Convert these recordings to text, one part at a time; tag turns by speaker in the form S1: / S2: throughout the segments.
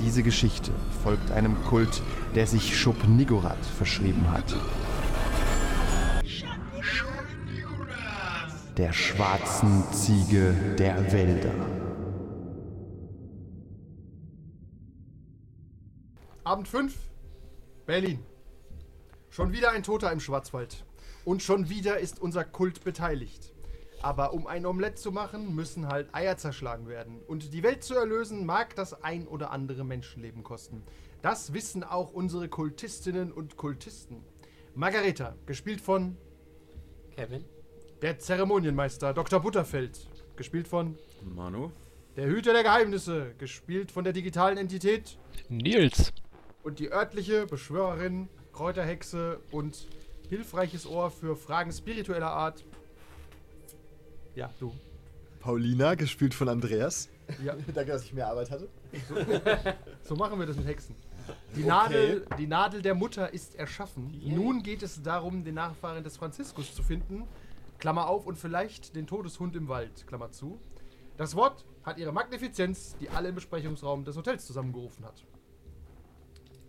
S1: Diese Geschichte folgt einem Kult, der sich Schub Nigorath verschrieben hat. Der schwarzen Ziege der Wälder.
S2: Abend 5, Berlin. Schon wieder ein Toter im Schwarzwald. Und schon wieder ist unser Kult beteiligt. Aber um ein Omelett zu machen, müssen halt Eier zerschlagen werden. Und die Welt zu erlösen, mag das ein oder andere Menschenleben kosten. Das wissen auch unsere Kultistinnen und Kultisten. Margareta, gespielt von
S3: Kevin?
S2: der Zeremonienmeister Dr. Butterfeld, gespielt von
S4: Manu?
S2: der Hüter der Geheimnisse, gespielt von der digitalen Entität
S5: Nils.
S2: und die örtliche Beschwörerin, Kräuterhexe und hilfreiches Ohr für Fragen spiritueller Art. Ja, du.
S6: Paulina, gespielt von Andreas.
S2: Ja,
S6: Danke, dass ich mehr Arbeit hatte.
S2: so machen wir das mit Hexen. Die, Nadel, die Nadel der Mutter ist erschaffen. Nun geht es darum, den Nachfahren des Franziskus zu finden. Klammer auf und vielleicht den Todeshund im Wald. Klammer zu. Das Wort hat ihre Magnifizenz, die alle im Besprechungsraum des Hotels zusammengerufen hat.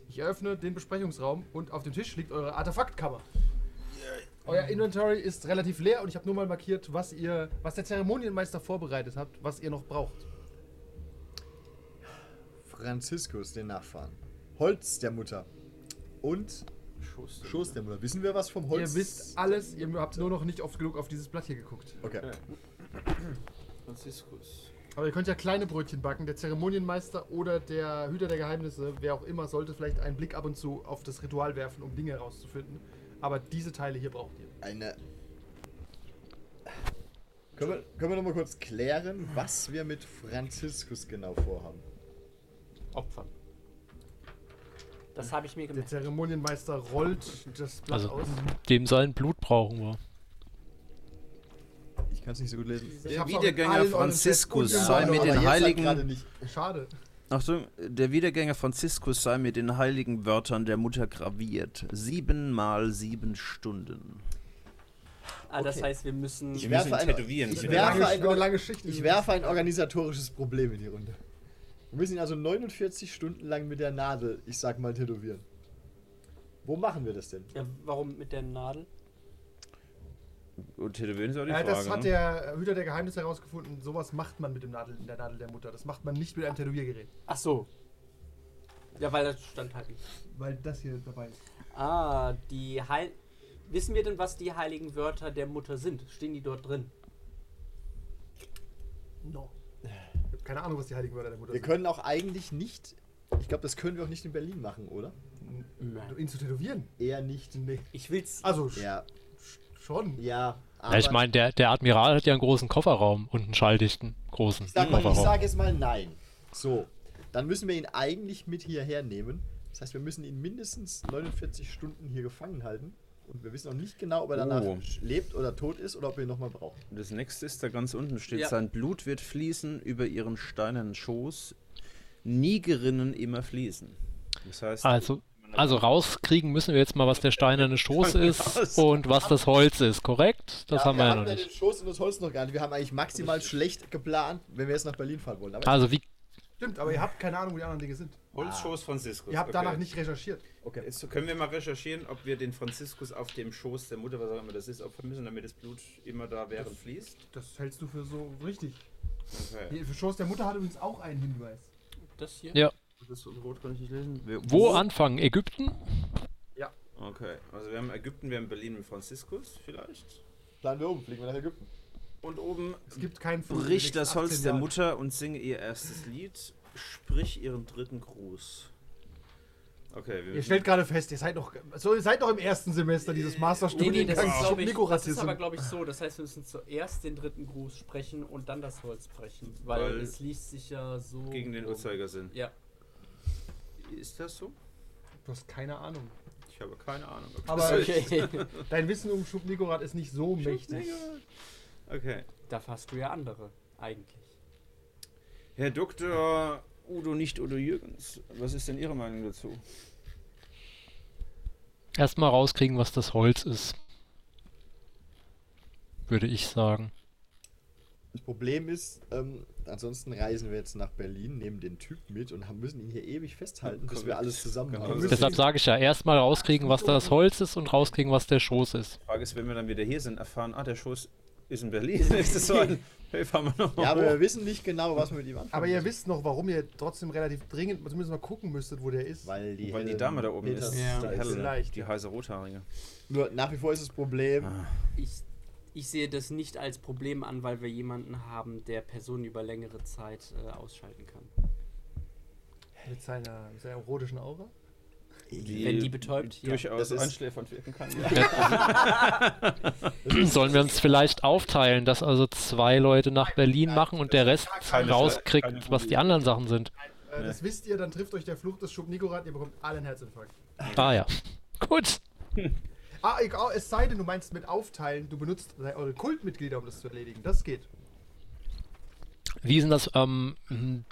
S2: Ich eröffne den Besprechungsraum und auf dem Tisch liegt eure Artefaktkammer. Euer Inventory ist relativ leer und ich habe nur mal markiert, was ihr, was der Zeremonienmeister vorbereitet habt, was ihr noch braucht.
S6: Franziskus, den Nachfahren. Holz der Mutter. Und
S3: Schuss.
S6: Schoß der Mutter. Wissen wir was vom Holz?
S2: Ihr wisst alles, ihr habt nur noch nicht oft genug auf dieses Blatt hier geguckt.
S6: Okay.
S3: Franziskus.
S2: Aber ihr könnt ja kleine Brötchen backen. Der Zeremonienmeister oder der Hüter der Geheimnisse, wer auch immer, sollte vielleicht einen Blick ab und zu auf das Ritual werfen, um Dinge herauszufinden. Aber diese Teile hier braucht ihr.
S6: Eine. Können wir, können wir nochmal kurz klären, was wir mit Franziskus genau vorhaben?
S3: Opfern. Das habe ich mir
S2: Der
S3: gemerkt.
S2: Zeremonienmeister rollt das Blatt
S5: Also-
S2: aus.
S5: Dem sein Blut brauchen wir.
S6: Ich kann es nicht so gut lesen.
S2: Ich
S4: Der
S2: hab's auch in
S4: Wiedergänger
S2: allen euren
S4: Franziskus
S2: Chats und
S4: sei
S2: überall,
S4: mit
S6: aber
S4: den
S6: jetzt halt gerade
S4: heiligen.
S6: nicht.
S2: Schade.
S4: Achtung, der Wiedergänger Franziskus sei mit den heiligen Wörtern der Mutter graviert. Sieben mal sieben Stunden.
S3: Ah, das heißt, wir müssen.
S6: Ich werfe, ein, ich, werfe ein,
S2: Lange- lange Schicht.
S6: ich werfe ein organisatorisches Problem in die Runde. Wir müssen ihn also 49 Stunden lang mit der Nadel, ich sag mal, tätowieren. Wo machen wir das denn?
S3: ja, warum mit der Nadel?
S4: Und tätowieren ist auch die
S2: Ja,
S4: Frage.
S2: Äh, das hat
S4: ne?
S2: der Hüter der Geheimnisse herausgefunden. Sowas macht man mit dem Nadel in der Nadel der Mutter. Das macht man nicht mit einem Tätowiergerät.
S3: Ach so. Ja, weil das stand halt nicht.
S2: Weil das hier dabei ist.
S3: Ah, die Heil. Wissen wir denn, was die heiligen Wörter der Mutter sind? Stehen die dort drin?
S2: No. Ich hab keine Ahnung, was die heiligen Wörter der Mutter
S6: Wir
S2: sind.
S6: können auch eigentlich nicht. Ich glaube, das können wir auch nicht in Berlin machen, oder?
S2: N- um Ihn zu tätowieren?
S6: Eher nicht.
S2: Nee.
S3: Ah. Ich will's.
S2: Also,
S6: Ja.
S2: Schon.
S6: Ja, aber
S5: Ja, ich meine, der, der Admiral hat ja einen großen Kofferraum und einen schalldichten großen
S6: ich sag mal, ich
S5: Kofferraum.
S6: sage jetzt mal nein. So, dann müssen wir ihn eigentlich mit hierher nehmen. Das heißt, wir müssen ihn mindestens 49 Stunden hier gefangen halten. Und wir wissen noch nicht genau, ob er danach
S4: Oh.
S6: lebt oder tot ist oder ob wir ihn nochmal brauchen.
S4: Das nächste ist da ganz unten steht,
S3: Ja.
S4: sein Blut wird fließen über ihren steinernen Schoß, nie gerinnen, immer fließen. Das heißt,
S5: also, also rauskriegen müssen wir jetzt mal, was der steinerne Schoß ist und was das Holz ist, korrekt? Das haben wir ja
S6: haben
S5: noch
S6: ja
S5: nicht.
S6: den Schoß und das Holz noch gar nicht. Wir haben eigentlich maximal schlecht geplant, wenn wir jetzt nach Berlin fahren wollen. Aber
S5: Also wie,
S2: Stimmt, aber ihr habt keine Ahnung, wo die anderen Dinge sind.
S7: Holzschoß Franziskus.
S2: Ihr habt
S7: okay.
S2: danach nicht recherchiert.
S6: okay.
S7: Jetzt können wir mal recherchieren, ob wir den Franziskus auf dem Schoß der Mutter, was auch immer das ist, opfern müssen, damit das Blut immer da während fließt.
S2: Das hältst du für so richtig.
S7: Okay.
S2: Hier, Für Schoß der Mutter hat übrigens auch einen Hinweis.
S3: Das hier?
S5: ja,
S7: Das in Rot kann ich nicht lesen. Wir-
S5: wo anfangen? Ägypten?
S7: Okay, also wir haben Ägypten, wir haben Berlin mit Franziskus vielleicht.
S6: planen wir um, fliegen wir nach Ägypten.
S7: Und oben
S2: Es gibt keinen Flug in den
S4: brich
S2: nächsten
S4: das Holz
S2: 18
S4: der
S2: Jahren.
S4: Mutter und singe ihr erstes Lied, sprich ihren dritten Gruß.
S7: Okay, wir
S2: Ihr stellt gerade fest, ihr seid noch, so, ihr seid noch im ersten Semester dieses
S3: Nee, nee, das
S2: Masterstudiengangs
S3: ist, glaub ich, das ist
S2: Mikrorassismus.
S3: aber, glaube ich, so. Das heißt, wir müssen zuerst den dritten Gruß sprechen und dann das Holz brechen. Weil,
S7: Weil-
S3: es liest sich ja so.
S7: gegen den
S3: rum.
S7: Uhrzeigersinn.
S3: Ja.
S7: Ist das so?
S2: Du hast keine Ahnung.
S7: Ich habe keine Ahnung. ob
S2: Aber
S7: das so ist.
S3: Okay.
S2: dein Wissen um Schubnikorat ist nicht so mächtig.
S7: Okay.
S3: Dafür hast du ja andere, eigentlich.
S7: Herr Doktor Udo, nicht Udo Jürgens, was ist denn Ihre Meinung dazu?
S5: Erstmal rauskriegen, was das Holz ist. Würde ich sagen.
S6: Das Problem ist, ähm, ansonsten reisen wir jetzt nach Berlin, nehmen den Typ mit und haben, müssen ihn hier ewig festhalten, bis wir alles zusammen
S7: Genau.
S6: haben.
S7: Also-
S5: Deshalb sage ich ja, erstmal rauskriegen, was das Holz ist und rauskriegen, was der Schoß ist.
S7: Die Frage ist, wenn wir dann wieder hier sind, erfahren, ah, der Schoß ist in Berlin. ist das so ein, hey, fahren wir nochmal
S6: Ja, aber
S7: hoch.
S6: wir wissen nicht genau, was wir mit ihm anfangen.
S2: Aber ihr
S6: müssen.
S2: wisst noch, warum ihr trotzdem relativ dringend zumindest mal gucken müsstet, wo der ist.
S6: weil die,
S7: Weil die
S6: Helen
S7: Dame da oben
S6: Peters
S7: ist, ja.
S6: da
S7: die,
S6: ist.
S7: Helle,
S2: Vielleicht,
S7: die heiße Rothaarige.
S6: Nur nach wie vor ist das Problem,
S7: Ah,
S3: Ich, ich sehe das nicht als Problem an, weil wir jemanden haben, der Personen über längere Zeit äh, ausschalten kann.
S2: Mit seiner, mit seiner erotischen Aura.
S7: Die
S3: Wenn die betäubt, ja.
S7: durchaus
S6: Das ist-
S7: anschläfernd wirken kann.
S5: Sollen wir uns vielleicht aufteilen, dass also zwei Leute nach Berlin machen und der Rest
S7: keine- keine
S5: rauskriegt,
S7: gute
S5: was die anderen Sachen sind?
S2: Äh, Das wisst ihr, dann trifft euch der Fluch des Schubnikorat, ihr bekommt alle einen Herzinfarkt.
S5: Ah ja. Gut.
S2: Ah, egal, es sei denn, du meinst mit aufteilen, du benutzt eure Kultmitglieder, um das zu erledigen. Das geht.
S5: Wie ist denn das, ähm,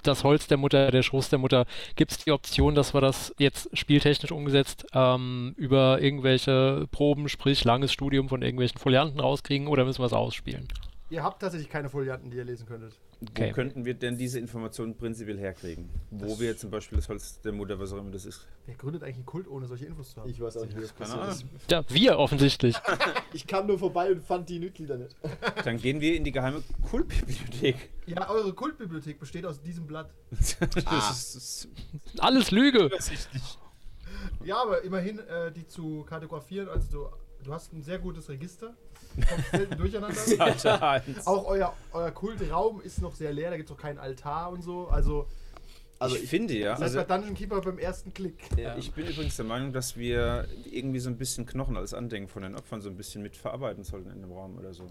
S5: das Holz der Mutter, der Schoß der Mutter? Gibt es die Option, dass wir das jetzt spieltechnisch umgesetzt ähm, über irgendwelche Proben, sprich langes Studium von irgendwelchen Folianten rauskriegen oder müssen wir es ausspielen?
S2: Ihr habt tatsächlich keine Folianten, die ihr lesen könntet.
S7: Wo
S5: Okay.
S7: könnten wir denn diese Informationen prinzipiell herkriegen? Wo wir zum Beispiel das Holz der Mutter, was auch immer das ist.
S2: Wer gründet eigentlich einen Kult, ohne solche Infos zu haben?
S6: ich weiß auch nicht, wie das passiert ist.
S5: Ja, wir offensichtlich.
S6: Ich kam nur vorbei und fand die Mitglieder nicht.
S7: Ah, Dann gehen wir in die geheime Kultbibliothek.
S2: Ja, eure Kultbibliothek besteht aus diesem Blatt.
S7: Das ist, das ist
S5: Alles Lüge.
S7: übersichtlich.
S2: Ja, aber immerhin, äh, die zu kartografieren, also du, du hast ein sehr gutes Register. Kommt selten durcheinander.
S7: Alter, Heinz.
S2: Auch euer, euer Kultraum ist noch sehr leer, da gibt es auch keinen Altar und so. Also,
S7: Also ich finde ja,
S2: seid
S7: also
S2: bei Dungeon Keeper beim ersten Klick.
S3: Ja.
S7: ich bin übrigens der Meinung, dass wir irgendwie so ein bisschen Knochen als Andenken von den Opfern so ein bisschen mit verarbeiten sollten in dem Raum oder so.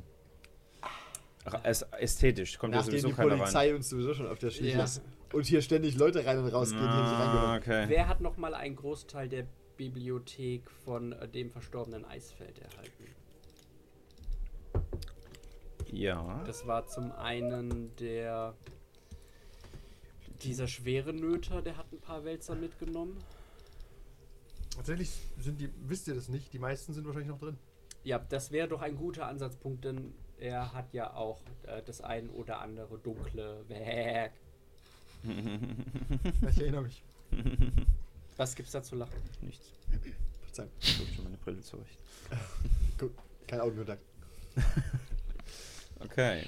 S7: Ach, es- ästhetisch, kommt ja
S6: Nachdem
S7: sowieso
S6: die
S7: keiner rein.
S6: Polizei uns sowieso schon auf der Schliche
S3: Ja.
S6: ist. Und hier ständig Leute rein und raus gehen, die nicht
S7: Ah,
S6: reingehören.
S7: okay.
S3: Wer hat nochmal einen Großteil der Bibliothek von äh, dem verstorbenen Eisfeld erhalten?
S7: Ja.
S3: Das war zum einen der. Dieser schwere Nöter, der hat ein paar Wälzer mitgenommen.
S2: Tatsächlich sind die, wisst ihr das nicht, die meisten sind wahrscheinlich noch drin.
S3: Ja, das wäre doch ein guter Ansatzpunkt, denn er hat ja auch äh, das ein oder andere dunkle Werk.
S2: Ich erinnere mich.
S3: Was gibt's da zu lachen?
S7: Nichts.
S6: Verzeihung,
S7: Ich hab schon meine Brille zurecht.
S6: guck, kein Augenkontakt.
S7: Okay.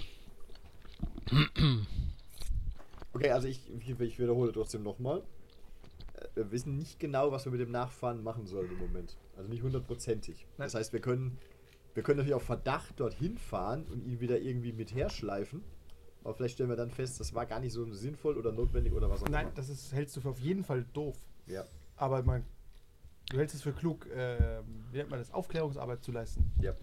S6: Okay, also ich, ich wiederhole trotzdem nochmal. Äh, Wir wissen nicht genau, was wir mit dem Nachfahren machen sollen im Moment. Also nicht hundertprozentig. Das
S2: Nein.
S6: heißt, wir können, wir können natürlich auf Verdacht dorthin fahren und ihn wieder irgendwie mit herschleifen. Aber vielleicht stellen wir dann fest, das war gar nicht so sinnvoll oder notwendig oder was auch
S2: Nein,
S6: immer.
S2: das ist, hältst du für auf jeden Fall doof.
S6: Ja,
S2: Aber man, du hältst es für klug, ähm, wie nennt man das, Aufklärungsarbeit zu leisten.
S6: ja.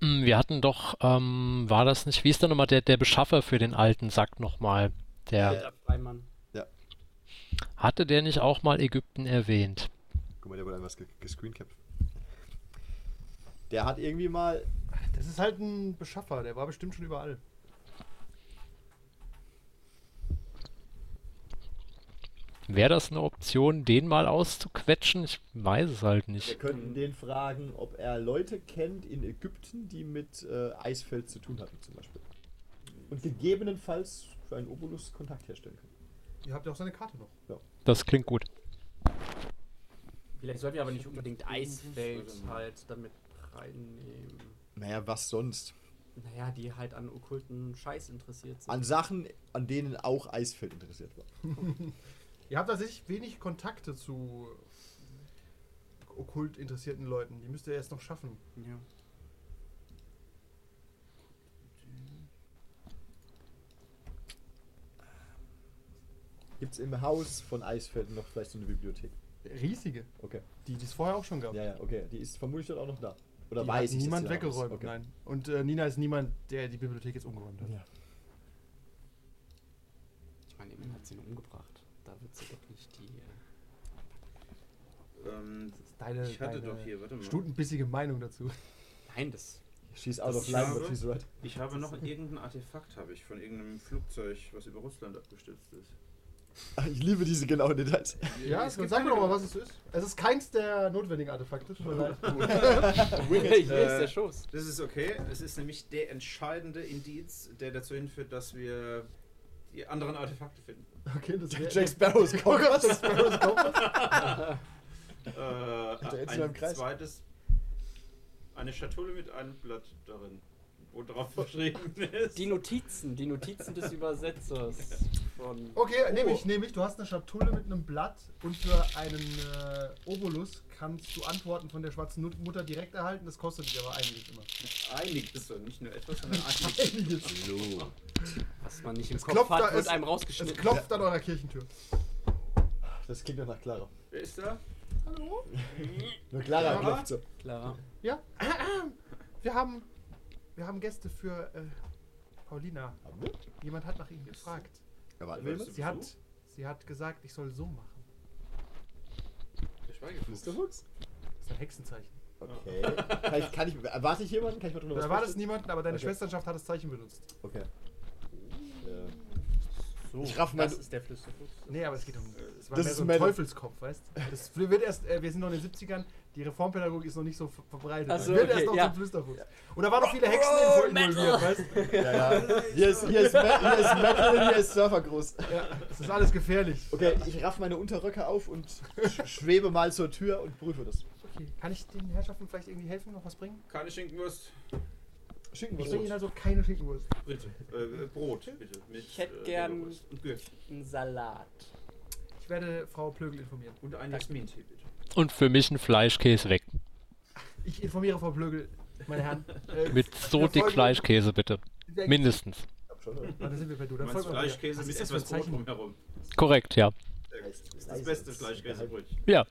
S5: Hm, Wir hatten doch, ähm, war das nicht, wie ist denn nochmal der, der Beschaffer für den alten Sack nochmal? Der,
S3: Peter Freimann.
S5: hatte der nicht auch mal Ägypten erwähnt?
S6: Guck mal, der wurde einfach ge- gescreencapped. Der hat irgendwie mal.
S2: Das ist halt ein Beschaffer, der war bestimmt schon überall.
S5: Wäre das eine Option, den mal auszuquetschen? Ich weiß es halt
S6: Wir
S5: nicht.
S6: könnten den fragen, ob er Leute kennt in Ägypten, die mit äh, Eisfeld zu tun hatten, zum Beispiel. Und gegebenenfalls für einen Obolus Kontakt herstellen kann.
S2: Ihr habt ja auch seine Karte noch.
S5: Das klingt gut.
S3: Vielleicht sollten wir aber nicht unbedingt Eisfeld halt damit reinnehmen.
S6: Naja, was sonst?
S3: Naja, die halt an okkulten Scheiß interessiert sind.
S6: An Sachen, an denen auch Eisfeld interessiert war.
S2: Ihr habt tatsächlich wenig Kontakte zu okkult interessierten Leuten. Die müsst ihr erst noch schaffen.
S3: ja.
S6: Gibt's im Haus von Eisfeld noch vielleicht so eine Bibliothek?
S2: Riesige,
S6: Okay.
S2: die die es vorher auch schon gab.
S6: Ja, ja, okay. Die ist vermutlich dort auch noch da. Oder
S2: die
S6: weiß
S2: hat
S6: ich dass
S2: niemand
S6: die da ist.
S2: weggeräumt,
S6: Okay.
S2: nein. Und äh, Nina ist niemand, der die Bibliothek jetzt umgeräumt hat.
S6: Ja.
S3: Ich meine, immerhin hat sie ihn umgebracht. Da wird sie doch nicht die. äh,
S7: Ähm,
S2: Das ist deine,
S7: ich hatte
S2: deine
S7: doch hier, warte mal.
S2: stutenbissige Meinung um dazu.
S3: Nein, das.
S6: She's out
S7: Das
S6: of line,
S7: Jahre?
S6: but she's right.
S7: Ich habe noch irgendein Artefakt, habe ich, von irgendeinem Flugzeug, was über Russland abgestürzt ist.
S6: Ah, Ich liebe diese genauen Details.
S2: Ja,
S7: es
S2: dann
S7: gibt
S2: sag mir
S7: keine-
S2: doch mal, was es ist. Es ist keins der notwendigen Artefakte. Tut mir leid.
S3: Hier ist
S7: Äh,
S3: der Schoß.
S7: Das ist okay. Es ist nämlich der entscheidende Indiz, der dazu hinführt, dass wir die anderen Artefakte finden.
S2: Okay, das wär- Oh
S6: Jack Sparrows Kompass.
S7: Äh, ein
S6: jetzt nur im Kreis.
S7: zweites. Eine Schatulle mit einem Blatt darin, wo drauf geschrieben ist.
S3: Die Notizen, die Notizen des Übersetzers von.
S2: Okay, nehme ich, nehme ich. Du hast eine Schatulle mit einem Blatt und für einen äh, Obolus kannst du Antworten von der schwarzen Nut- Mutter direkt erhalten. Das kostet dich aber einiges immer.
S7: Einiges, so nicht nur etwas, sondern einiges.
S2: Einiges.
S7: Hallo.
S3: Was man nicht im
S2: klopft
S3: Kopf
S2: da,
S3: hat, wird
S2: es-
S3: einem
S2: Es
S3: rausgeschnitten.
S2: klopft an eurer Kirchentür.
S6: Das klingt doch nach Clara.
S7: Wer ist da?
S6: Nur Clara
S7: Clara?
S6: klopft so.
S3: Klar.
S2: Ja, wir haben, wir haben Gäste für äh, Paulina. Jemand hat nach ihnen gefragt.
S6: Erwarten wir
S7: Willst
S6: jemanden?
S7: du
S2: Sie hat,
S7: Besuch?
S2: sie hat gesagt, ich soll so machen.
S7: Der Schweigefuchs.
S6: Mr. Fuchs?
S2: Das ist ein Hexenzeichen.
S6: Okay. Kann ich, kann ich, erwarte ich jemanden? Kann ich mal drüber
S2: Da war das niemanden, aber deine
S6: Okay.
S2: Schwesternschaft hat das Zeichen benutzt.
S6: Okay. Äh,
S7: So,
S6: Ich raff mein-
S7: das ist der Flüsterfuchs.
S2: Nee, aber es geht um. Es war
S6: Das
S2: mehr
S6: ist
S2: so ein
S6: meine-
S2: Teufelskopf, weißt du? Das wird erst, äh, wir sind noch in den 70ern, die Reformpädagogik ist noch nicht so ver- verbreitet. ne?
S3: Ach so,
S2: wird erst
S3: okay,
S2: noch
S3: ja.
S2: so ein Flüsterfuchs. Und da waren noch viele Hexen in involviert, weißt du?
S6: ja, ja. Hier ist, hier ist, Me- hier ist Metal und hier ist Surfer groß.
S2: Ja, das ist alles gefährlich.
S6: Okay, ich raff meine Unterröcke auf und sch- schwebe mal zur Tür und prüfe das.
S2: Okay, kann ich den Herrschaften vielleicht irgendwie helfen, noch was bringen?
S7: Keine Schinkenwurst.
S6: Schicken wir
S2: Ich bringe
S6: los.
S2: ihnen also keine Schinkenwurst.
S7: Bitte. Äh, Brot, bitte. Mit,
S3: Ich hätte
S7: äh,
S3: gern-
S7: Leberwurst Und, Gürkchen.
S3: Ein Salat.
S2: Ich werde Frau Plögel informieren.
S7: und einen Jasmin-Tee, bitte.
S5: Und für mich ein Fleischkäse weg.
S2: Ich informiere Frau Plögel, meine Herren. Äh,
S5: Mit so dick Fleischkäse bitte. Mindestens.
S2: Ah, da sind wir bei du.
S7: Du
S2: Dann
S7: meinst
S2: folgt mal wieder.
S7: Fleischkäse
S2: Was
S7: mit
S2: ist das für ein
S7: etwas Brot
S2: Zeichen?
S7: drumherum.
S5: Korrekt, ja.
S7: Das ist das beste Fleischkäsebrötchen.
S5: Ja.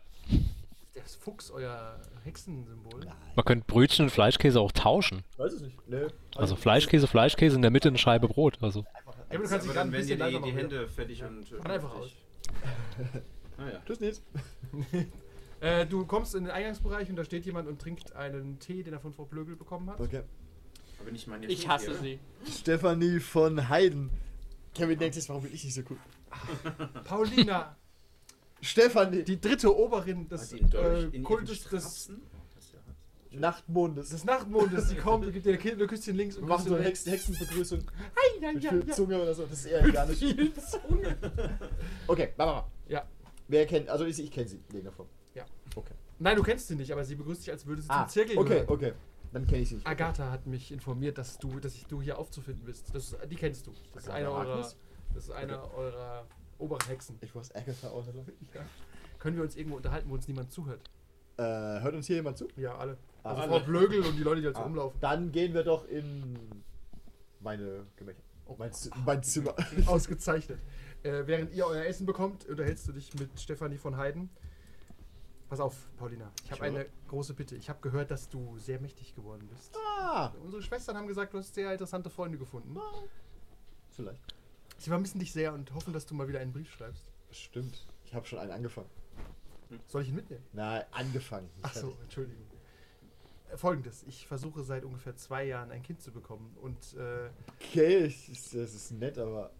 S2: Der ist Fuchs, euer Hexensymbol.
S5: Man könnte Brötchen und Fleischkäse auch tauschen.
S6: Weiß es nicht. Nö.
S5: Also Fleischkäse, Fleischkäse in der Mitte eine Scheibe Brot. Also.
S2: Ja, aber du kannst dich
S7: Aber
S2: gerade
S7: dann
S2: ein
S7: werden dir
S2: bisschen
S7: die,
S2: leiser
S7: die
S2: machen. wieder.
S7: Hände fertig und. äh, Ah,
S2: Mach einfach aus.
S7: fertig. Naja.
S6: Tschüss, Nils.
S2: Äh, du kommst in den Eingangsbereich und da steht jemand und trinkt einen Tee, den er von Frau Plögel bekommen hat.
S6: Okay.
S7: Aber nicht meine
S3: Ich hasse sie.
S6: Stefanie von Heiden. Kevin denkt sich, warum bin ich nicht so cool?
S2: Paulina,
S6: Stefanie, die
S2: die dritte Oberin des äh, Kultes des,
S7: des.
S6: Nachtmondes.
S2: des Nachtmondes, die kommt und gibt dir ein Küsschen links
S6: Wir
S2: und
S6: machen so
S2: Küsschen
S6: eine
S2: rechts.
S6: Hex Hexenbegrüßung
S2: Ei, ja,
S6: mit
S2: ja,
S6: viel
S2: ja.
S6: Zunge oder so. Das ist eher gar nicht. Okay, machen wir mal.
S2: ja.
S6: Wer kennt, also ich, ich kenne sie in irgendeiner Form.
S2: Nein, du kennst sie nicht, aber sie begrüßt dich, als würde sie zum Zirkel
S6: Ah, okay,
S2: gehören.
S6: okay. Dann kenne ich sie nicht.
S2: Agatha hat mich informiert, dass du, dass ich, du hier aufzufinden bist. Das, die kennst du. Das ist
S6: Agatha
S2: eine eurer,
S6: Harkness?
S2: das ist eine eurer oberen Hexen.
S6: Ich weiß Agatha aus. Oder?
S2: Können wir uns irgendwo unterhalten, wo uns niemand zuhört?
S6: Äh, hört uns hier jemand zu?
S2: Ja, alle.
S6: Ah,
S2: Also
S6: alle.
S2: Frau Blögel und die Leute, die dazu
S6: Ah,
S2: rumlaufen.
S6: Dann gehen wir doch in meine Gemächer.
S2: Oh
S6: Mein, Zi- mein Zimmer.
S2: Ausgezeichnet. Äh, während ihr euer Essen bekommt, unterhältst du dich mit Stefanie von Heiden. Pass auf, Paulina. Ich habe
S6: Ich höre.
S2: eine große Bitte. Ich habe gehört, dass du sehr mächtig geworden bist.
S6: Ah,
S2: Unsere Schwestern haben gesagt, du hast sehr interessante Freunde gefunden.
S6: vielleicht.
S2: Sie vermissen dich sehr und hoffen, dass du mal wieder einen Brief schreibst.
S6: Stimmt. Ich habe schon einen angefangen.
S2: Soll ich ihn mitnehmen?
S6: Na, angefangen. nicht
S2: Ach so,
S6: fertig.
S2: Entschuldigung. Äh, Folgendes, ich versuche seit ungefähr zwei Jahren ein Kind zu bekommen und äh,
S6: Okay, es ist, es ist nett, aber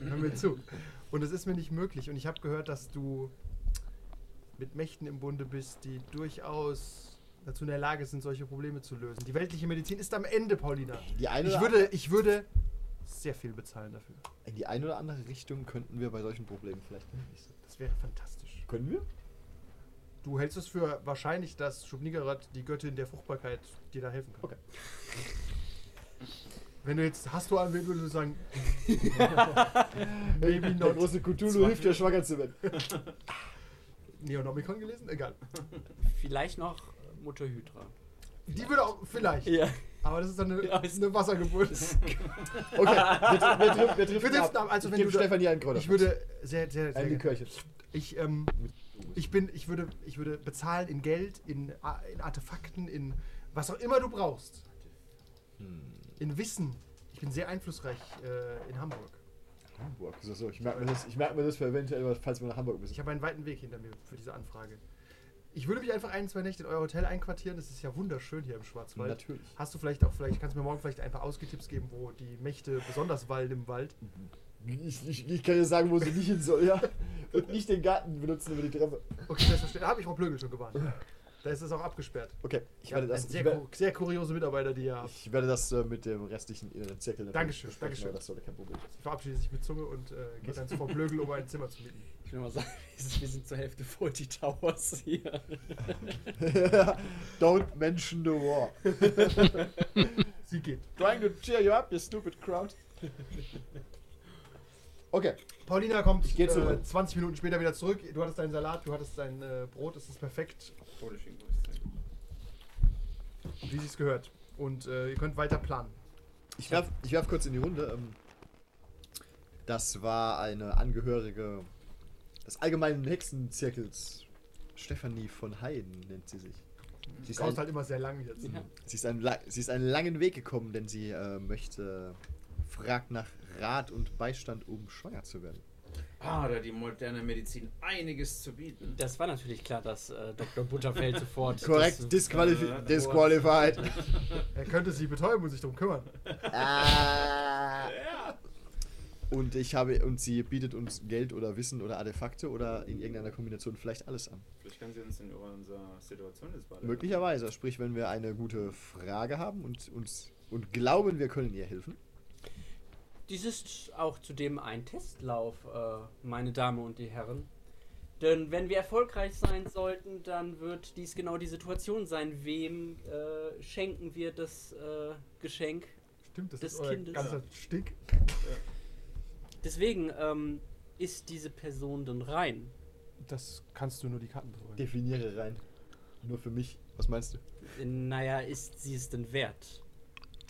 S2: hör mir zu. Und es ist mir nicht möglich und ich habe gehört, dass du mit Mächten im Bunde bist, die durchaus dazu in der Lage sind, solche Probleme zu lösen. Die weltliche Medizin ist am Ende, Paulina.
S6: die eine,
S2: Ich
S6: oder
S2: würde, ich würde sehr viel bezahlen dafür.
S6: in die eine oder andere Richtung könnten wir bei solchen Problemen vielleicht nicht.
S2: Das wäre fantastisch.
S6: Können wir?
S2: Du hältst es für wahrscheinlich, dass Schubnigarat, die Göttin der Fruchtbarkeit, dir da helfen kann.
S6: Okay.
S2: Wenn du jetzt, hast du an wen würdest du sagen, Maybe
S6: Der
S2: not.
S6: große Cthulhu hilft der schwanger zu werden.
S2: Neonomicon gelesen? Egal.
S3: Vielleicht noch äh, Mutter Hydra.
S2: Die würde auch, vielleicht. Aber das ist dann eine,
S3: Ja, ist-
S2: eine Wassergeburt.
S6: Okay, wir, wir, wir, wir
S2: Wir
S6: driften
S2: driften
S6: ab.
S2: ab, also
S6: ich
S2: wenn
S6: gebe
S2: du da-
S6: Stefanie einen Kräuter.
S2: Ich würde sehr, sehr, sehr
S6: An die
S2: gerne.
S6: Kirche.
S2: Ich, ähm, ich bin, ich würde, ich würde bezahlen in Geld, in, A- in Artefakten, in was auch immer du brauchst.
S6: Hm.
S2: In Wissen. Ich bin sehr einflussreich äh, in Hamburg.
S6: Hamburg. So, so, ich merke mir, das- ich merke mir das für eventuell, was, falls wir nach Hamburg müssen.
S2: Ich habe einen weiten Weg hinter mir für diese Anfrage. Ich würde mich einfach ein, zwei Nächte in euer Hotel einquartieren. Es ist ja wunderschön hier im Schwarzwald.
S6: Natürlich.
S2: Hast du vielleicht auch, vielleicht kannst du mir morgen vielleicht ein paar Ausgetipps geben, wo die Mächte besonders wallen im Wald.
S6: Ich, ich, ich kann dir sagen, wo sie nicht hin soll, ja. Und nicht den Garten benutzen über die Treppe.
S2: Okay, das verstehe. Da habe ich Frau Blögel schon gewarnt. Da ist es auch abgesperrt.
S6: Okay, ich
S2: Ich habe
S6: werde
S2: das
S6: das.
S2: sehr,
S6: also Ich werde,
S2: ku- sehr kuriose Mitarbeiter, die ja.
S6: ich werde das äh, mit dem restlichen inneren Zirkel. natürlich
S2: Dankeschön,
S6: besprechen,
S2: Dankeschön.
S6: aber Das sollte kein Problem sein.
S2: Sie verabschiedet sich mit Zunge und äh, geht dann zu Frau Blögel, um ein Zimmer zu mieten.
S3: Ich will mal sagen, wir sind zur Hälfte vor die Towers hier.
S6: Don't mention the war.
S2: Sie geht.
S6: Trying to cheer you up, you stupid crowd. Okay,
S2: Paulina kommt
S6: Ich geh
S2: äh,
S6: zurück.
S2: 20 Minuten später wieder zurück. Du hattest deinen Salat, du hattest dein äh, Brot, es ist perfekt, wie sie es gehört. Und äh, ihr könnt weiter planen.
S6: ich werf, ich werf kurz in die Runde. Ähm, das war eine Angehörige des allgemeinen Hexenzirkels. Stefanie von Heiden nennt sie sich. Sie
S2: Es
S6: ist
S2: dauert
S6: ein
S2: halt immer sehr lang jetzt.
S3: Ja.
S6: Sie ist, einen, la- sie ist einen langen Weg gekommen, denn sie äh, möchte, fragt nach Rat und Beistand, um schwanger zu werden.
S7: Ah, da die moderne Medizin einiges zu bieten.
S3: Das war natürlich klar, dass äh, Dr. Butterfeld sofort.
S6: Korrekt,
S3: das-
S6: disqualifi disqualified.
S2: Er könnte sie betäuben und sich darum kümmern.
S6: Ah. Und ich habe und sie bietet uns Geld oder Wissen oder Artefakte oder in irgendeiner Kombination vielleicht alles an.
S7: Vielleicht kann sie uns in unserer Situation jetzt weiter.
S6: Möglicherweise, sprich, wenn wir eine gute Frage haben und uns und glauben, wir können ihr helfen.
S8: Dies
S3: Dies ist auch zudem ein Testlauf, äh, meine Damen und die Herren. Denn wenn wir erfolgreich sein sollten, dann wird dies genau die Situation sein, wem äh, schenken wir das äh, Geschenk.
S2: Stimmt, das
S3: Des
S2: ist euer
S3: Kindes.
S2: ganzer Stick.
S3: Deswegen ähm, ist diese Person denn rein.
S2: Das kannst du nur die Karten drücken.
S6: Definiere rein. Nur für mich. Was meinst du?
S3: Naja, ist sie es denn wert?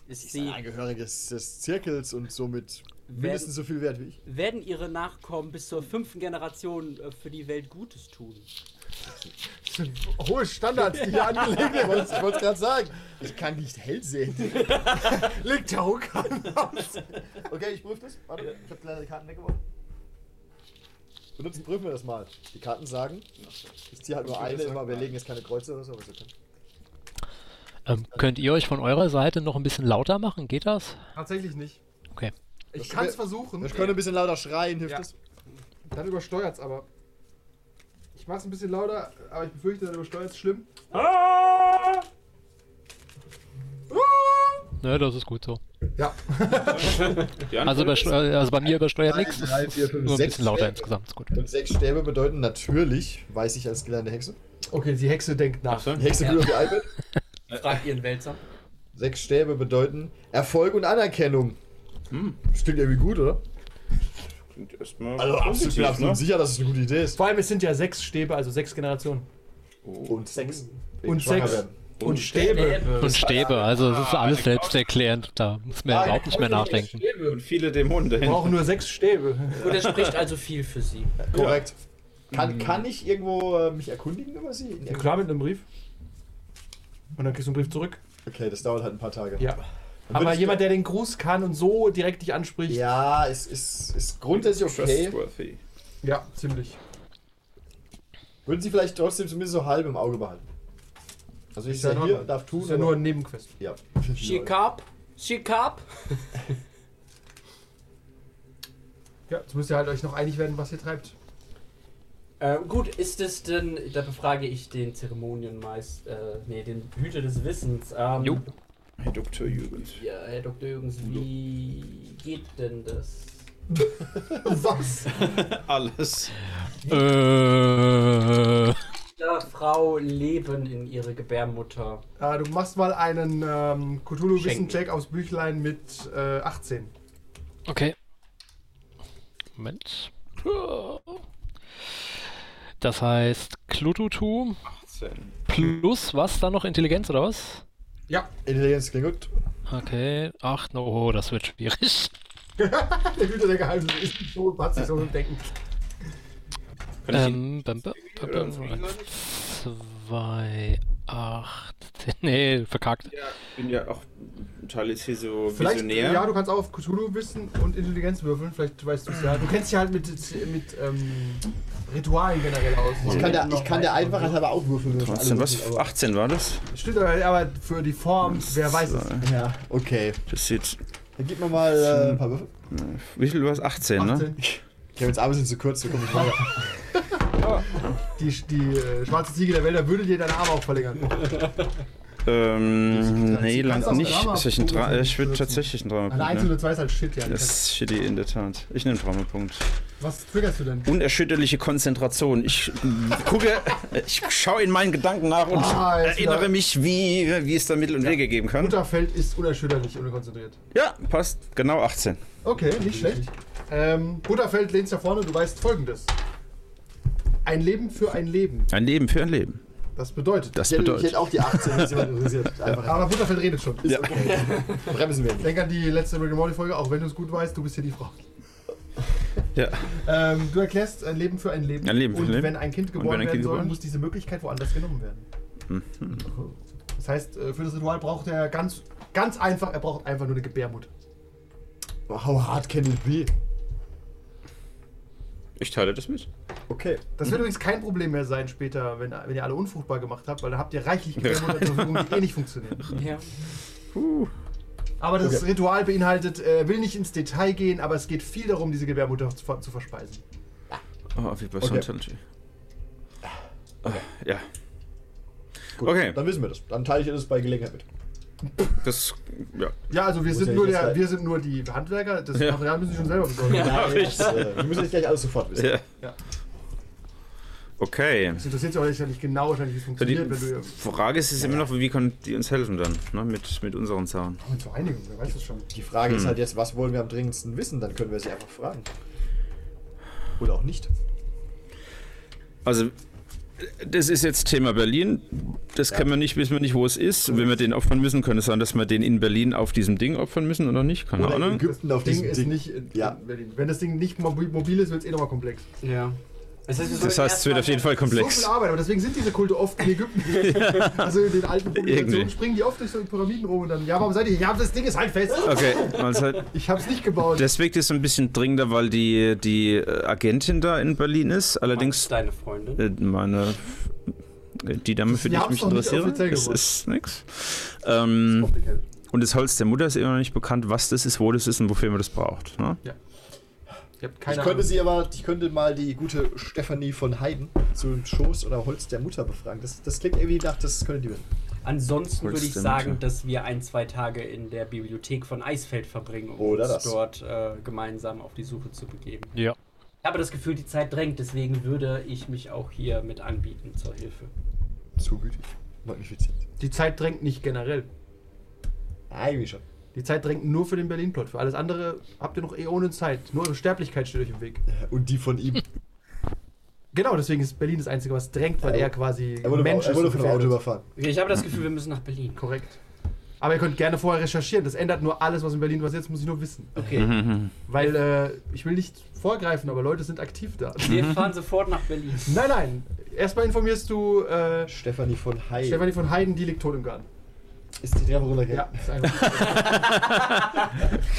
S3: Ist
S6: Sie ist
S3: sie,
S6: ein Angehörige des, des Zirkels und somit
S3: Werden-
S6: mindestens so viel wert wie ich.
S3: werden ihre Nachkommen bis zur fünften Generation äh, für die Welt Gutes tun?
S2: Das sind hohe Standards, die hier angelegt
S6: Ich wollte es gerade sagen. Ich kann nicht hell sehen.
S2: Legt der Hokan aus.
S6: Okay, ich prüfe das. Warte, ich habe leider die Karten weggeworfen. Benutzen, prüfen wir das mal. Die Karten sagen, ich ziehe halt nur eine, immer überlegen, ist keine Kreuze oder so. Aber ist okay.
S5: Ähm, könnt ihr euch von eurer Seite noch ein bisschen lauter machen? Geht das?
S2: Tatsächlich nicht.
S5: Okay.
S2: Ich
S6: Das
S2: kann es
S6: wär-
S2: versuchen.
S6: Ich könnte ein bisschen lauter schreien, hilft
S2: Ja.
S6: das?
S2: Dann übersteuert's aber. Ich mach's ein bisschen lauter, aber ich befürchte, dann übersteuert's schlimm.
S5: Ne, das ist gut so.
S2: Ja.
S5: Also, übersteu- also bei mir übersteuert nichts.
S6: Drei, drei,
S5: Es
S6: vier,
S5: ist
S6: fünf,
S5: Nur ein
S6: sechs
S5: bisschen lauter
S6: Schwerter.
S5: insgesamt. Ist gut.
S6: Und sechs Stäbe bedeuten natürlich, weiß ich als gelernte Hexe.
S2: Okay, die Hexe denkt nach.
S6: Die Hexe ja. auf ihr iPad.
S3: Fragt ihren Wälzer.
S6: Sechs Stäbe bedeuten Erfolg und Anerkennung. Stimmt irgendwie gut, oder? Also absolut, ich bin absolut sicher, dass es eine gute Idee ist.
S2: Vor allem, es sind ja sechs Stäbe, also sechs Generationen.
S6: Und sechs.
S2: Und sechs. Und Stäbe.
S5: Und Stäbe, also es ist alles selbsterklärend. Da muss man überhaupt nicht mehr nachdenken.
S7: Und viele Dämonen
S2: Wir
S7: dahin.
S2: brauchen nur sechs Stäbe.
S3: Und das spricht also viel für sie.
S6: Korrekt. Kann, kann ich irgendwo äh, mich erkundigen über sie? In
S2: Ja, klar, mit einem Brief. Und dann kriegst du einen Brief zurück.
S6: Okay, das dauert halt ein paar Tage.
S2: Ja.
S6: Dann
S2: Aber
S6: würdest du-
S2: jemand, der den Gruß kann und so direkt dich anspricht.
S6: Ja, es ist, ist grundsätzlich okay.
S7: Trustworthy.
S2: ja ziemlich.
S6: Würden Sie vielleicht trotzdem zumindest so halb im Auge behalten? Also ich
S2: Ist ja in
S6: sei hier,
S2: Ordnung.
S6: darf tun.
S2: Das ist ja
S6: aber-
S2: nur ein Nebenquest.
S6: ja.
S3: Schikab, Schikab.
S2: Ja, jetzt müsst ihr halt euch noch einig werden, was ihr treibt.
S3: Äh, gut, ist es denn, da befrage ich den Zeremonienmeister, äh, nee, den Hüter des Wissens. Ähm,
S5: Jo.
S7: Herr Dr. Jürgens.
S3: Ja, Herr Dr. Jürgens, wie geht denn das?
S6: Was?
S7: Alles.
S5: Äh,
S3: Ja, Frau Leben in ihre Gebärmutter.
S2: Äh, du machst mal einen ähm,
S3: Schenken.
S2: Cthulhu-Wissen-Check aufs Büchlein mit äh, 18.
S5: okay. Moment. Das heißt Klututu
S7: 18.
S5: plus was da noch? Intelligenz oder was?
S2: Ja,
S6: Intelligenz klingt gut.
S5: Okay, ach no, oh, das wird schwierig.
S2: der Hüter der Geheimnisse ist so, hat sich so
S7: Äh,
S2: im Denken.
S7: Kann ich ihn-
S5: Ähm, bam, bam, bam,
S7: oder
S5: bam,
S7: uns
S5: Moment.
S7: gegenseitig?
S5: Zwei, acht, nee, verkackt.
S7: Ja, ich bin ja auch ein Teil ist hier so
S2: Vielleicht, äh,
S7: visionär.
S2: ja, du kannst auch auf Cthulhu-Wissen und Intelligenz würfeln, vielleicht weißt du es ja. Du kennst dich halt mit, mit ähm, Ritualen generell aus.
S6: Ich kann der, ich kann der Einfachheit halber auch würfeln. wenn schon alle
S7: Trotzdem, was?
S9: Also,
S6: würfeln, aber-
S7: 18 war das?
S2: Stimmt, aber aber für die Form, wer weiß es.
S6: Ja, okay.
S7: Das sieht.
S6: Dann gib mir mal äh, ein paar Würfel.
S7: Wie viel war es? 18, ne?
S2: 18.
S6: Kevin's Arme sind zu kurz, wir kommen nicht weiter.
S2: Die, die äh, schwarze Ziege der Wälder würde dir deine Arme auch verlängern.
S7: Ähm, nee,
S2: kannst
S7: lang
S2: auch
S7: nicht.
S2: Drama-
S7: Ist ich ein Dra
S2: Punkte
S7: ich würde
S2: benutzen.
S7: tatsächlich einen
S2: Eine
S7: Dramapunkt
S2: einzelne
S7: nehmen.
S2: zwei ist halt shit, ja.
S7: Das ist shitty in der Tat. Ich nehme Dramapunkt.
S2: Was triggerst du denn?
S7: Unerschütterliche Konzentration. Ich gucke, ich schaue in meinen Gedanken nach und
S2: Ah, jetzt wieder-
S7: erinnere mich, wie, wie es da Mittel und Wege geben kann.
S2: Unterfeld ist unerschütterlich, unkonzentriert.
S7: Ja, passt. Genau 18.
S2: Okay, nicht schlecht. Ähm, Butterfeld lehnst da vorne, du weißt folgendes. Ein Leben für ein Leben.
S7: Ein Leben für ein Leben.
S2: Das bedeutet.
S7: Das
S6: Ich hätte, ich
S7: bedeutet.
S6: hätte auch die 18, wenn es jemand interessiert. Einfach
S2: Aber Butterfeld redet schon.
S6: ja. bremsen wir nicht.
S2: Denk an die letzte Rick and Morty Folge, auch wenn du es gut weißt, du bist hier die Frau.
S7: Ja.
S2: Ähm, du erklärst ein Leben für ein Leben.
S7: Ein Leben für
S2: und
S7: ein Leben.
S2: wenn ein Kind geboren
S7: wenn ein
S2: werden
S7: Kind
S2: soll,
S7: geboren- Mhm.
S2: muss diese Möglichkeit woanders genommen werden. Das heißt, äh, für das Ritual braucht er ganz, ganz einfach, er braucht einfach nur eine Gebärmutter.
S6: How hard can it be?
S7: Ich teile das mit.
S6: Okay.
S2: Das wird übrigens kein Problem mehr sein später, wenn, wenn ihr alle unfruchtbar gemacht habt, weil da habt ihr reichlich Gebärmutter zur Verfügung, die eh nicht funktionieren.
S3: Ja.
S2: Aber das
S6: Okay.
S2: Ritual beinhaltet, äh, will nicht ins Detail gehen, aber es geht viel darum, diese Gebärmutter zu, ver- zu verspeisen.
S7: Oh, wie bei
S6: Okay.
S7: Scientology. Ah, Ja,
S6: Gut,
S7: Okay.
S6: Dann wissen wir das. Dann teile ich das bei Gelegenheit mit.
S7: das. Ja.
S2: Ja, also wir,
S6: Muss
S2: sind
S6: ja
S2: nur,
S6: jetzt
S2: der,
S6: halt-
S2: wir sind nur die Handwerker, das
S7: Ja.
S2: Material müssen sie schon selber besorgen.
S3: Ja.
S6: Nein, das, äh, wir müssen nicht gleich alles sofort wissen.
S7: ja.
S2: Ja.
S7: Okay.
S2: Das interessiert sich auch nicht, nicht genau, wahrscheinlich, wie es
S7: So, die
S2: funktioniert, wenn du
S7: Frage ist jetzt immer noch, wie können die uns helfen dann, ne? mit, mit unseren Zaun.
S2: ja, zur Einigung, wer weiß das schon.
S6: Die Frage ist halt jetzt, was wollen wir am dringendsten wissen? Dann können wir sie einfach fragen. Oder auch nicht.
S7: Also, das ist jetzt Thema Berlin. Das kennen wir nicht, wissen wir nicht, wo es ist. Und wenn wir den opfern müssen, könnte es sein, dass wir den in Berlin auf diesem Ding opfern müssen oder nicht? Keine
S6: Oder in
S7: Ahnung.
S6: Ägypten auf
S2: Das Ding
S6: diesem
S2: ist
S6: Ding.
S2: nicht äh, in
S6: Ja.
S2: Berlin. Wenn das Ding nicht mobil, mobil ist, wird es eh nochmal komplex.
S3: Ja. Das heißt, wir
S7: Das
S3: sollten
S7: heißt, es wird auf
S3: erst
S7: jeden
S3: mal-
S7: Fall
S2: So
S7: komplex.
S2: viel Arbeit, aber deswegen sind diese Kulte oft in Ägypten. Also in den alten Publikationen
S7: Irgendwie.
S2: springen die oft durch so Pyramiden rum und dann, ja, warum seid ihr hier? Ja, das Ding ist halt fest.
S7: Okay, also
S2: Ich hab's nicht gebaut.
S7: deswegen ist es ein bisschen dringender, weil die, die äh, Agentin da in Berlin ist.
S3: Meinst
S7: Allerdings
S3: du deine Freundin.
S7: Äh, meine, äh, die Dame, für die
S2: Wir
S7: ich
S2: haben's
S7: mich
S2: noch nicht
S7: interessiere,
S2: offiziell
S7: das
S2: geworden.
S7: ist nix. Ähm, und das Holz der Mutter ist immer noch nicht bekannt, was das ist, wo das ist und wofür man das braucht. Ne?
S2: Ich hab
S6: Ich
S2: keine
S6: könnte
S2: Ahnung.
S6: sie aber, ich könnte mal die gute Stefanie von Heiden zum Schoß oder Holz der Mutter befragen. Das, das klingt irgendwie nach, das könnte die wissen.
S3: Ansonsten
S7: Holst
S3: würde ich
S7: der
S3: sagen,
S7: Mutter.
S3: dass wir ein, zwei Tage in der Bibliothek von Eisfeld verbringen, um
S6: Oder
S3: uns
S6: das.
S3: dort äh, gemeinsam auf die Suche zu begeben.
S5: Ja.
S3: Ich habe das Gefühl, die Zeit drängt, deswegen würde ich mich auch hier mit anbieten zur Hilfe.
S6: Zu gütig. Magnifiziert.
S2: Die Zeit drängt nicht generell.
S6: Eigentlich schon.
S2: Die Zeit drängt nur für den Berlin-Plot. Für alles andere habt ihr noch Äonen Zeit. Nur eure Sterblichkeit steht euch im Weg.
S6: Und die von ihm.
S2: Genau, deswegen ist Berlin das Einzige, was drängt, weil
S6: Er-
S2: er quasi
S6: Er wurde,
S2: Mensch
S6: er
S2: ist
S6: wurde
S2: und
S6: von einem Auto
S2: gefährdet.
S6: überfahren.
S3: Okay, ich habe das Gefühl, wir müssen nach Berlin.
S2: Korrekt. Aber ihr könnt gerne vorher recherchieren. Das ändert nur alles, was in Berlin passiert. Das muss ich nur wissen.
S3: Okay,
S2: Weil äh, ich will nicht vorgreifen, aber Leute sind aktiv da.
S3: wir
S6: Mhm.
S3: fahren sofort nach Berlin.
S2: Nein, nein. Erstmal informierst du äh,
S6: Stefanie von Heil.
S2: Stefanie von Heiden, die liegt tot im Garten.
S6: ist die Treppe
S2: Ja,
S6: runtergegangen.
S2: ist einfach.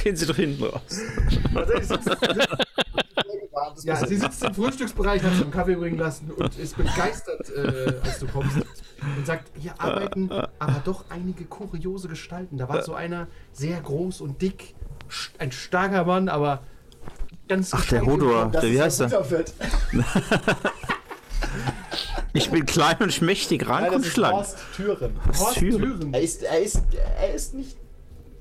S7: Gehen Sie doch hinten raus.
S2: Tatsächlich sitzt-
S6: Ja, das
S2: Ja,
S6: ist-
S2: sie sitzt im Frühstücksbereich, hat sich einen Kaffee bringen lassen und ist begeistert, äh, als du kommst. Und sagt, hier arbeiten aber doch einige kuriose Gestalten. Da war so einer sehr groß und dick, st- ein starker Mann, aber ganz
S7: Ach, der
S2: gescheit
S7: Hodor.
S2: geformt.
S7: Der, wie heißt er?
S6: Butterfett.
S7: Ich bin klein und schmächtig,
S6: Nein,
S7: rank
S6: das
S7: und
S6: ist
S7: schlank.
S6: Horst Türen.
S2: Horst
S7: Türen.
S2: Thüren
S6: Er ist, er ist, er ist nicht.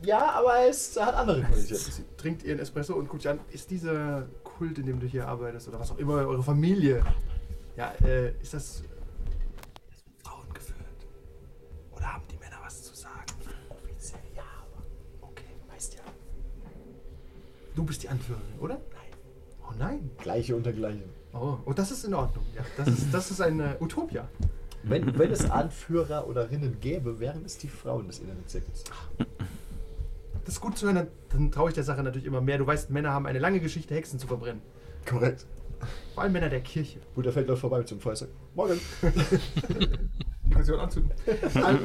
S6: Ja, aber er, ist, er hat andere Qualitäten.
S2: trinkt ihren Espresso und guckt dich an, ist dieser Kult, in dem du hier arbeitest oder was auch immer, eure Familie, ja, äh, ist das Frauen geführt? Oder haben die Männer was zu sagen?
S6: Offiziell ja, aber okay, weißt ja.
S2: Du bist die Anführerin, oder? Nein. Oh nein.
S6: Gleiche unter Gleiche.
S2: Oh, oh das ist in Ordnung. Ja, das, ist, das ist eine Utopia.
S6: Wenn, wenn es Anführer oder Rinnen gäbe, wären es die Frauen des inneren Zirkels.
S2: Das ist gut zu hören, dann, dann traue ich der Sache natürlich immer mehr. Du weißt, Männer haben eine lange Geschichte, Hexen zu verbrennen.
S6: Korrekt.
S2: Vor allem Männer der Kirche.
S6: Butterfett läuft vorbei zum Feuerzeug. Morgen.
S2: Die Kommission anzünden. Also,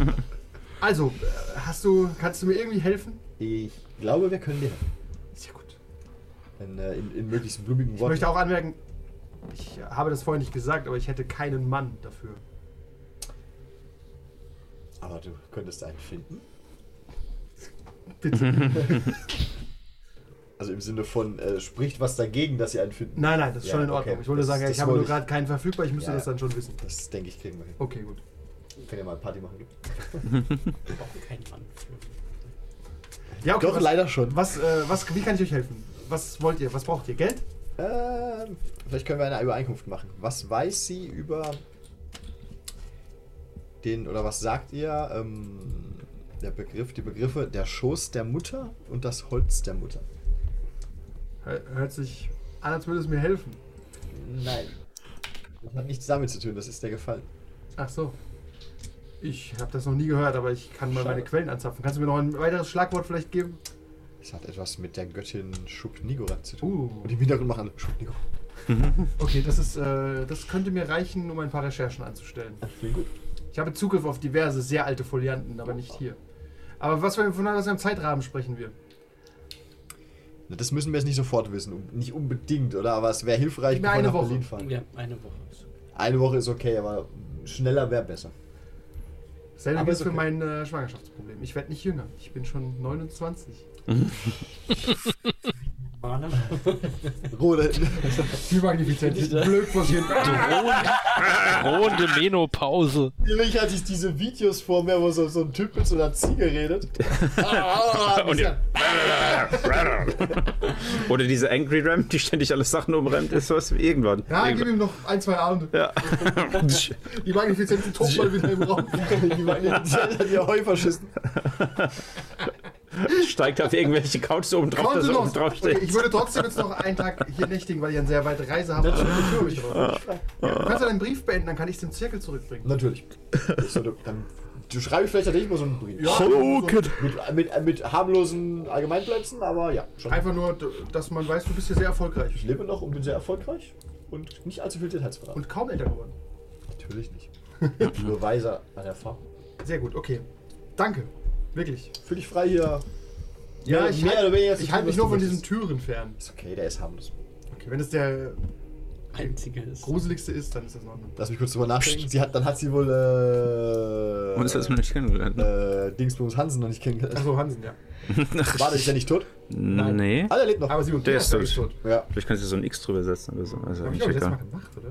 S2: also, äh, hast du, kannst du mir irgendwie helfen?
S6: Ich glaube, wir können dir helfen.
S2: Sehr gut.
S6: In, äh, in, in möglichst blumigen
S2: Ich
S6: Worten.
S2: möchte auch anmerken, ich habe das vorhin nicht gesagt, aber ich hätte keinen Mann dafür.
S6: Aber du könntest einen finden.
S2: Bitte.
S6: Also im Sinne von, äh, spricht was dagegen, dass ihr einen finden.
S2: Nein, nein, das ist
S6: Ja,
S2: schon in
S6: okay.
S2: Ordnung. Ich wollte
S6: Das-
S2: sagen,
S6: das
S2: ich habe nur
S6: wollte ich-
S2: gerade keinen verfügbar, ich müsste
S6: Ja,
S2: das
S6: ja.
S2: dann schon wissen.
S6: Das denke ich, kriegen wir hin.
S2: Okay, gut.
S6: Können ja mal Party machen.
S3: Wir brauchen keinen Mann.
S2: Ja, okay.
S6: Doch,
S2: was,
S6: leider schon.
S2: Was, äh, was, wie kann ich euch helfen? Was wollt ihr? Was braucht ihr? Geld?
S6: Ähm, vielleicht können wir eine Übereinkunft machen. Was weiß sie über den, oder was sagt ihr, ähm, der Begriff, die Begriffe der Schoß der Mutter und das Holz der Mutter?
S2: Hör- Hört sich an, als würde es mir helfen.
S6: Nein. Das hat nichts damit zu tun, das ist der Gefallen.
S2: Ach so. Ich habe das noch nie gehört, aber ich kann mal
S6: Schade.
S2: meine Quellen anzapfen. Kannst du mir noch ein weiteres Schlagwort vielleicht geben?
S6: Es hat etwas mit der Göttin Shub-Nigorat zu tun.
S2: Uh.
S6: Und im Hintergrund machen alle Shub-Nigorat.
S2: Okay, das ist, äh, das könnte mir reichen, um ein paar Recherchen anzustellen.
S6: Klingt gut.
S2: Ich habe Zugriff auf diverse sehr alte Folianten, aber nicht hier. Aber was wir von was für einem Zeitrahmen sprechen wir?
S6: Na, Das müssen wir jetzt nicht sofort wissen. Um- Nicht unbedingt, oder? Aber es wäre hilfreich,
S2: Gib mir eine
S6: nach
S2: Woche.
S6: Berlin fahren.
S3: Ja, eine Woche.
S6: Eine Woche ist okay, aber schneller wäre besser.
S2: Selbe
S6: Aber
S2: gilt
S6: ist
S2: für
S6: okay.
S2: mein äh, Schwangerschaftsproblem. Ich werde nicht jünger. Ich bin schon 29.
S3: Maler?
S6: Rode.
S2: Viel magnifiziert. Blöd passiert.
S5: Drohende Menopause.
S6: Natürlich hatte ich diese Videos vor mir, wo so, so ein Typ mit so einer Ziege redet.
S2: Ah,
S7: Und ihr- Oder diese Angry Ram, die ständig alle Sachen umrennt, ist was irgendwann.
S2: Ja, gib ihm noch ein, zwei Abende.
S7: Ja.
S2: Die magnifizierte Truppe mal wieder im Raum.
S6: Die meine die Heufaschisten.
S7: Steigt auf irgendwelche Couches oben drauf, dass
S2: Kontenance.
S7: oben drauf
S2: okay, ich
S7: steht.
S2: würde trotzdem jetzt noch einen Tag hier nächtigen, weil ich eine sehr weite Reise habe. Natürlich. Ja, du kannst ja deinen Brief beenden, dann kann ich es dem Zirkel zurückbringen.
S6: Natürlich. So, du- Dann, du schreibst vielleicht tatsächlich mal so einen Brief.
S7: Hoken.
S6: Mit, mit, mit harmlosen Allgemeinplätzen, aber ja, schon.
S2: Einfach nur, d- dass man weiß, du bist hier sehr erfolgreich.
S6: Ich lebe noch und bin sehr erfolgreich und nicht allzu viel Details verraten.
S2: Und kaum älter geworden.
S6: Natürlich nicht. Nur weiser an Erfahrung.
S2: Sehr gut, okay. Danke. Wirklich.
S6: Fühl dich frei hier.
S2: Ja,
S6: Mehr-
S2: ich
S6: mehr oder
S2: halte
S6: weniger zu
S2: ich
S6: tun,
S2: halt mich
S6: was
S2: nur
S6: du
S2: von diesen
S6: möchtest.
S2: Türen fern.
S6: Ist okay, der ist harmlos.
S2: Okay, wenn es der
S3: Einzige ist.
S2: gruseligste ist, dann ist das in Ordnung.
S6: Lass mich kurz drüber nachdenken. Sie hat, dann hat sie wohl äh,
S7: Uns hat's noch nicht kennengelernt. ne?
S6: äh, Dingsbums Hansen noch nicht kennengelernt.
S2: Achso, Hansen, ja.
S6: Warte, ist der nicht tot?
S7: Nee.
S6: Ah, der lebt noch.
S2: Aber Simon
S7: Der
S2: Peter
S7: ist
S2: ist
S7: tot.
S2: tot.
S6: ja.
S7: Vielleicht kannst du so ein X drüber setzen oder so. Also
S6: Äh,
S2: Hab ich
S7: eigentlich
S2: auch letztes Mal
S7: egal.
S2: gemacht, oder?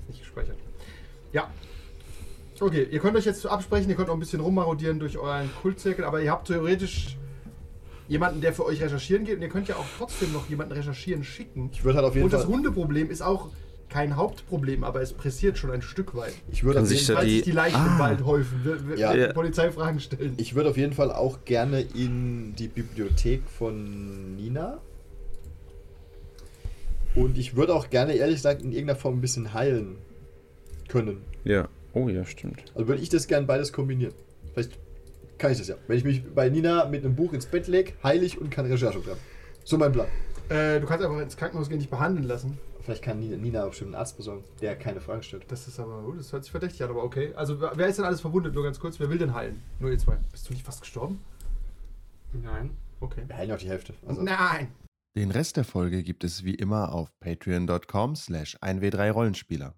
S2: Ist nicht gespeichert. Ja. Okay, ihr könnt euch jetzt absprechen, ihr könnt auch ein bisschen rummarodieren durch euren Kultzirkel, aber ihr habt theoretisch jemanden, der für euch recherchieren geht und ihr könnt ja auch trotzdem noch jemanden recherchieren schicken.
S6: Ich würde halt auf jeden
S2: Und das
S6: Fall.
S2: Hundeproblem ist auch kein Hauptproblem, aber es pressiert schon ein Stück weit.
S6: Ich würde
S7: Kann
S6: auf,
S7: sich
S6: jeden
S7: da
S6: Fall-
S2: Weil
S7: die-
S2: sich die Leichen im
S7: Ah.
S2: Wald häufen, wir, wir,
S6: Ja.
S7: Ja.
S2: die Polizei Fragen stellen.
S6: ich würde auf jeden Fall auch gerne in die Bibliothek von Nina. Und ich würde auch gerne, ehrlich gesagt, in irgendeiner Form ein bisschen heilen können.
S7: Ja. Oh ja, stimmt.
S6: Also würde ich das gerne beides kombinieren. Vielleicht kann ich das ja. Wenn ich mich bei Nina mit einem Buch ins Bett lege, heilig und kann Recherche betreiben. So mein Plan.
S2: Äh, du kannst einfach ins Krankenhaus gehen, dich behandeln lassen.
S6: Vielleicht kann Nina, Nina bestimmt einen Arzt besorgen, der keine Fragen stellt.
S2: Das ist aber, oh, das hört sich verdächtig an, aber okay. Also wer wer ist denn alles verwundet? Nur ganz kurz, wer will denn heilen? Nur ihr zwei. Bist du nicht fast gestorben?
S3: Nein.
S2: Okay.
S6: Wir heilen auch die Hälfte. Also,
S2: Nein!
S9: Den Rest der Folge gibt es wie immer auf patreon.com slash 1w3rollenspieler.